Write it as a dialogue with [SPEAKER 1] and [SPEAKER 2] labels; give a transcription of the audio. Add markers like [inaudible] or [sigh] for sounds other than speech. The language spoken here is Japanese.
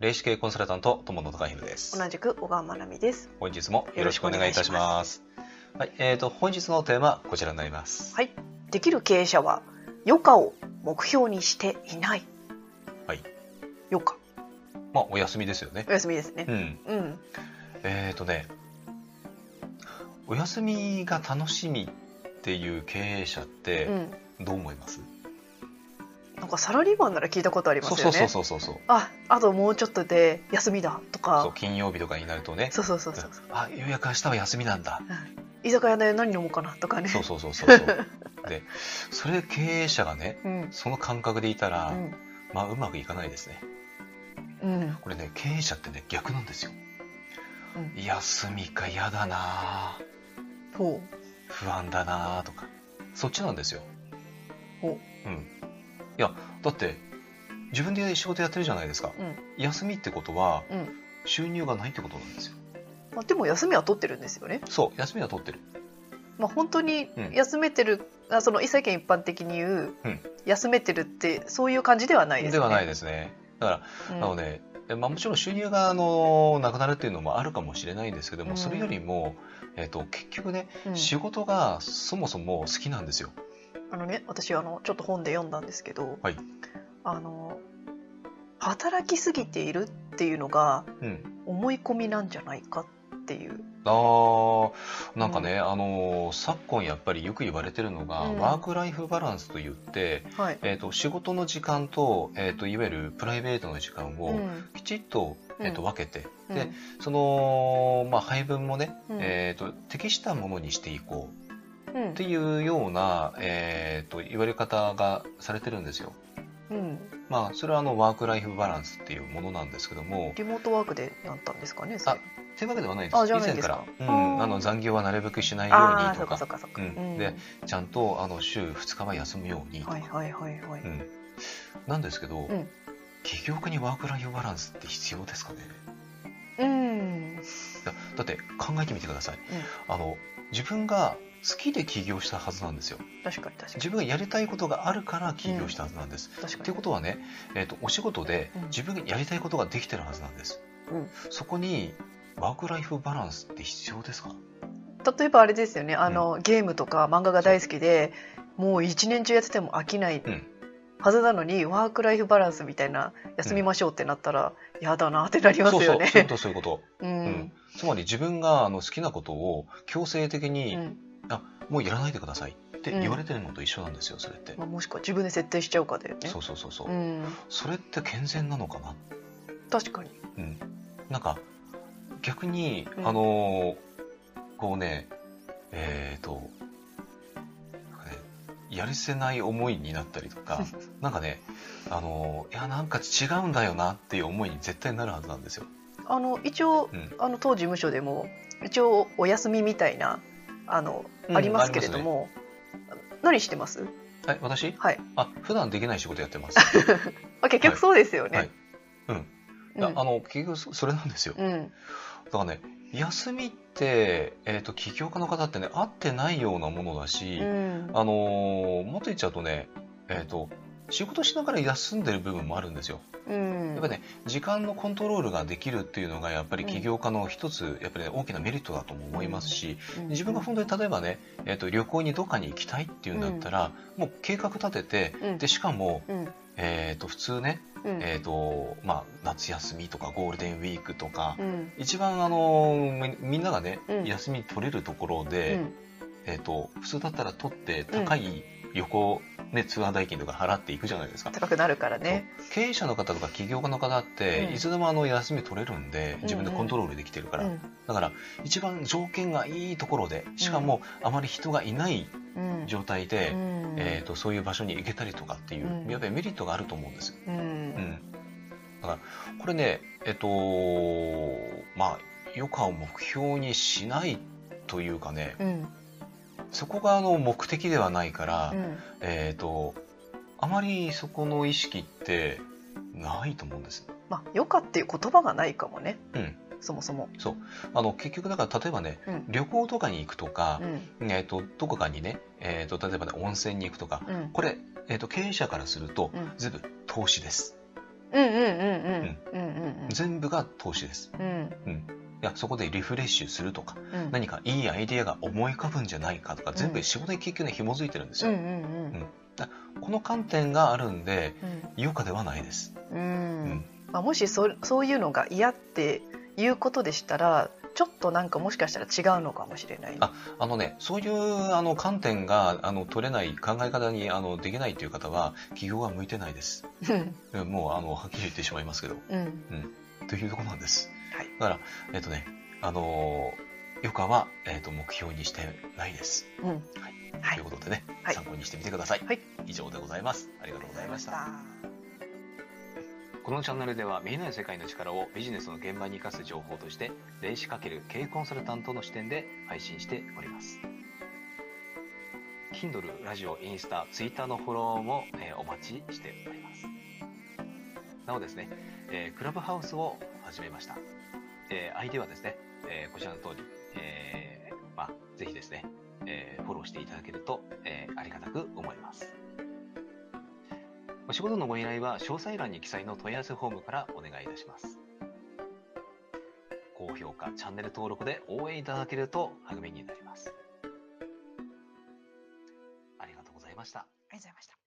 [SPEAKER 1] 霊視系コンサルタント友野孝弘です
[SPEAKER 2] 同じく小川真奈美です。
[SPEAKER 1] 本日もよろしくお願いいたしますはい、えーと本日のテーマはこちらになります
[SPEAKER 2] はい。できる経営者は余暇を目標にしていない。
[SPEAKER 1] はい。
[SPEAKER 2] 余暇。
[SPEAKER 1] まあお休みですよね
[SPEAKER 2] お休みですね
[SPEAKER 1] う。ん
[SPEAKER 2] うん。
[SPEAKER 1] えーとねお休みが楽しみっていう経営者っ
[SPEAKER 2] う
[SPEAKER 1] て
[SPEAKER 2] ん。
[SPEAKER 1] どう思います、
[SPEAKER 2] なんかサラリーマンなら聞いたことあります
[SPEAKER 1] そう
[SPEAKER 2] よね。
[SPEAKER 1] そうそうそうそうそう
[SPEAKER 2] あ、あともうちょっとで休みだ
[SPEAKER 1] そ
[SPEAKER 2] と
[SPEAKER 1] う
[SPEAKER 2] か。
[SPEAKER 1] 金曜日とかになるとね
[SPEAKER 2] そうそうそうそう。
[SPEAKER 1] あようやく明日は休みなんだ
[SPEAKER 2] 居酒屋で何飲もうかなとかね。
[SPEAKER 1] そうそうそうそう
[SPEAKER 2] [laughs]
[SPEAKER 1] そうでそれ経営者がね
[SPEAKER 2] うん。
[SPEAKER 1] その感覚でいたら、
[SPEAKER 2] うん。
[SPEAKER 1] まあうまくいかないですね
[SPEAKER 2] うん。
[SPEAKER 1] これね経営者ってね逆なんですよ、
[SPEAKER 2] う
[SPEAKER 1] 休みか嫌だなあ
[SPEAKER 2] ほ
[SPEAKER 1] 不安だなあとかそっちなんですよ
[SPEAKER 2] ほ
[SPEAKER 1] うんいやだって自分で仕事やってるじゃないですか、
[SPEAKER 2] うん
[SPEAKER 1] 休みってことは
[SPEAKER 2] う。うん。
[SPEAKER 1] 収入がないってことなんですよ
[SPEAKER 2] まあ、でも休みは取ってるんですよね。
[SPEAKER 1] そう休みは取ってる
[SPEAKER 2] まあ、本当に
[SPEAKER 1] うん
[SPEAKER 2] 休めてる、あその世間一般的に言う、
[SPEAKER 1] うん
[SPEAKER 2] 休めてるってそういう感じではないです
[SPEAKER 1] で
[SPEAKER 2] ね。
[SPEAKER 1] はないですねだから
[SPEAKER 2] うん
[SPEAKER 1] なので、えまあ、もちろん収入があのなくなるっていうのもあるかもしれないんですけども、
[SPEAKER 2] うん
[SPEAKER 1] それよりも、えっと結局ね、
[SPEAKER 2] うん
[SPEAKER 1] 仕事がそもそも好きなんですよ。
[SPEAKER 2] あのね私あのちょっと本で読んだんですけど、
[SPEAKER 1] はい
[SPEAKER 2] あの働きすぎているっていうのが
[SPEAKER 1] うん、
[SPEAKER 2] 思い込みなんじゃないかっていう、
[SPEAKER 1] あーなんかね、あの昨今やっぱりよく言われてるのが、
[SPEAKER 2] うん
[SPEAKER 1] ワーク・ライフ・バランスといって、
[SPEAKER 2] はい
[SPEAKER 1] えっと仕事の時間と,、えっといわゆるプライベートの時間
[SPEAKER 2] う
[SPEAKER 1] を
[SPEAKER 2] ん
[SPEAKER 1] きちっと,、えっと
[SPEAKER 2] うん
[SPEAKER 1] 分けて、
[SPEAKER 2] うん
[SPEAKER 1] でその、まあ、配分もね、
[SPEAKER 2] うん
[SPEAKER 1] えっと適したものにしていこう
[SPEAKER 2] うん
[SPEAKER 1] っていうような、えー、と言われ方がされてるんですよ。
[SPEAKER 2] うん
[SPEAKER 1] まあそれはあのワーク・ライフ・バランスっていうものなんですけども
[SPEAKER 2] リモートワークでなったんですかねそれ
[SPEAKER 1] というわけではないです
[SPEAKER 2] あじゃあない
[SPEAKER 1] 以前
[SPEAKER 2] んです
[SPEAKER 1] からう
[SPEAKER 2] か、
[SPEAKER 1] ん、
[SPEAKER 2] あー
[SPEAKER 1] あの残業はなるべくしないよう
[SPEAKER 2] あ
[SPEAKER 1] に
[SPEAKER 2] ーそ
[SPEAKER 1] と
[SPEAKER 2] うか
[SPEAKER 1] か
[SPEAKER 2] そうかそうか、
[SPEAKER 1] うん
[SPEAKER 2] うん
[SPEAKER 1] でちゃんとあの週2日は休むようにとか、
[SPEAKER 2] はいはいはいはい、
[SPEAKER 1] うん、なんですけど、
[SPEAKER 2] ん
[SPEAKER 1] 企業家にワーク・ライフ・バランスって必要ですかね
[SPEAKER 2] うん
[SPEAKER 1] だだって考えてみてください、あの自分が好きで起業したはずなんですよ
[SPEAKER 2] 確かに確か
[SPEAKER 1] 自分がやりたいことがあるから起業したはずなんです、
[SPEAKER 2] に確
[SPEAKER 1] っ
[SPEAKER 2] か
[SPEAKER 1] ていう
[SPEAKER 2] に
[SPEAKER 1] ことはね、えー、とお仕事で
[SPEAKER 2] うん
[SPEAKER 1] 自分がやりたいことができてるはずなんです、
[SPEAKER 2] うん
[SPEAKER 1] そこにワーク・ライフ・バランスって必要ですか
[SPEAKER 2] 例えばあれですよねあの、ゲームとか漫画が大好きでもう一年中やってても飽きない
[SPEAKER 1] うん
[SPEAKER 2] はずなのに、ワーク・ライフ・バランスみたいな休みましょうってなったら、やだなってなります
[SPEAKER 1] そうそ
[SPEAKER 2] よ
[SPEAKER 1] う
[SPEAKER 2] ね。
[SPEAKER 1] そういうことそういうこと、う
[SPEAKER 2] う
[SPEAKER 1] ん
[SPEAKER 2] ん
[SPEAKER 1] つまり自分があの好きなことを強制的
[SPEAKER 2] う
[SPEAKER 1] に、
[SPEAKER 2] ん
[SPEAKER 1] もうやらないでくださいって言われてるのと一緒なんですよそれって、
[SPEAKER 2] まあ、もしくは自分で設定しちゃうかだよね。
[SPEAKER 1] そうそうそうそう、
[SPEAKER 2] うん、
[SPEAKER 1] それって健全なのかな、
[SPEAKER 2] 確かに、
[SPEAKER 1] うん、なんか逆に、
[SPEAKER 2] うん
[SPEAKER 1] あのーこうねえっ、となんかねやるせない思いになったりと
[SPEAKER 2] [laughs]
[SPEAKER 1] かなんかねあのーいやなんか違うんだよなっていう思いに絶対なるはずなんですよ。
[SPEAKER 2] あの一応、
[SPEAKER 1] うん
[SPEAKER 2] あの当事務所でも一応お休みみたいなあの、
[SPEAKER 1] うん
[SPEAKER 2] ありますけれども、何してます？
[SPEAKER 1] はい私
[SPEAKER 2] はい、
[SPEAKER 1] あ普段できない仕事やってます。
[SPEAKER 2] あ結局そうですよね。
[SPEAKER 1] はいうんいやあの結局そそれなんですよ。
[SPEAKER 2] うん、うん、
[SPEAKER 1] だからね休みって、えー、と起業家の方ってね合ってないようなものだし、
[SPEAKER 2] うん、
[SPEAKER 1] あのーもっと言っちゃうとね、えー、と仕事しながら休んでる部分もあるんですよ。
[SPEAKER 2] うん
[SPEAKER 1] やっぱりね時間のコントロールができるっていうのがやっぱり起業家の一つやっぱりね大きなメリットだとも思いますし
[SPEAKER 2] うん
[SPEAKER 1] 自分が本当に例えばね、えっと旅行にどっかに行きたいっていうんだったらもう計画立てて
[SPEAKER 2] うん
[SPEAKER 1] でしかも、
[SPEAKER 2] うん
[SPEAKER 1] えっと普通ね、
[SPEAKER 2] うん
[SPEAKER 1] えっとまあ、夏休みとかゴールデンウィークとか
[SPEAKER 2] うん
[SPEAKER 1] 一番あのみみんながね
[SPEAKER 2] うん
[SPEAKER 1] 休み取れるところ
[SPEAKER 2] う
[SPEAKER 1] で、
[SPEAKER 2] ん
[SPEAKER 1] えっと普通だったら取って高い旅行、ね、ツアー代金とか払っていくじゃないですか。
[SPEAKER 2] 高くなるからね。
[SPEAKER 1] 経営者の方とか起業家の方って、
[SPEAKER 2] うん
[SPEAKER 1] いつでもあの休み取れるんで自分でコントロールできてるから、
[SPEAKER 2] うん
[SPEAKER 1] だから一番条件がいいところでしかもあまり人がいない
[SPEAKER 2] うん
[SPEAKER 1] 状態で、
[SPEAKER 2] うん
[SPEAKER 1] えー、とそういう場所に行けたりとかっていう、
[SPEAKER 2] うん
[SPEAKER 1] やっぱりメリットがあると思うんですよ。
[SPEAKER 2] う
[SPEAKER 1] うんん、だからこれねえっ、とまあ余暇を目標にしないというかね
[SPEAKER 2] うん
[SPEAKER 1] そこがあの目的ではないから、
[SPEAKER 2] うん
[SPEAKER 1] えっ、とあまりそこの意識ってないと思うんですよ
[SPEAKER 2] まあ余暇っていう言葉がないかもね
[SPEAKER 1] うん、
[SPEAKER 2] そもそも。
[SPEAKER 1] あの結局だから例えばね
[SPEAKER 2] うん
[SPEAKER 1] 旅行とかに行くとか
[SPEAKER 2] う、ん
[SPEAKER 1] えー、とどこかにね、えー、と例えばね温泉に行くとか
[SPEAKER 2] うん
[SPEAKER 1] これ、えー、と経営者からすると
[SPEAKER 2] うん
[SPEAKER 1] 全部投資です
[SPEAKER 2] うんうんうんうんうんうん
[SPEAKER 1] 全部が投資です。
[SPEAKER 2] うん
[SPEAKER 1] いや、そこでリフレッシュするとか、
[SPEAKER 2] うん
[SPEAKER 1] 何かいいアイデアが思い浮かぶんじゃないかとか、全部仕事に結局ね、紐づいてるんです
[SPEAKER 2] うん
[SPEAKER 1] よ。
[SPEAKER 2] うん
[SPEAKER 1] この観点があるんで、
[SPEAKER 2] うん
[SPEAKER 1] 優香ではないです。
[SPEAKER 2] う
[SPEAKER 1] うんん。
[SPEAKER 2] まあ、もしそうそういうのが嫌っていうことでしたらちょっとなんかもしかしたら違うのかもしれない。
[SPEAKER 1] ああのね、そういうあの観点があの取れない、考え方にあのできないという方は、起業は向いてないです。
[SPEAKER 2] うん
[SPEAKER 1] うんもうあのはっきり言ってしまいますけど、
[SPEAKER 2] うん
[SPEAKER 1] というところなんです。
[SPEAKER 2] はい
[SPEAKER 1] だから、えっ、とね、あのー、余暇は、えっ、と、目標にしてないです。
[SPEAKER 2] うんはい
[SPEAKER 1] ということでね、
[SPEAKER 2] はい
[SPEAKER 1] 参考にしてみてください。
[SPEAKER 2] はい
[SPEAKER 1] 以上でございます。ありがとうございました。
[SPEAKER 2] た。
[SPEAKER 1] このチャンネルでは見えない世界の力をビジネスの現場に生かす情報として、霊視×経営コンサルタントの視点で配信しております。Kindle、ラジオ、インスタ、Twitter のフォローも、えーお待ちしております。なおですね、えークラブハウスを始めました。えー、ID はですね、えーこちらの通り、えーまあ、ぜひですね、えーフォローしていただけると、えーありがたく思います。お仕事のご依頼は詳細欄に記載の問い合わせフォームからお願いいたします。高評価、チャンネル登録で応援いただけると励みになります。ありがとうございました。
[SPEAKER 2] ありがとうございました。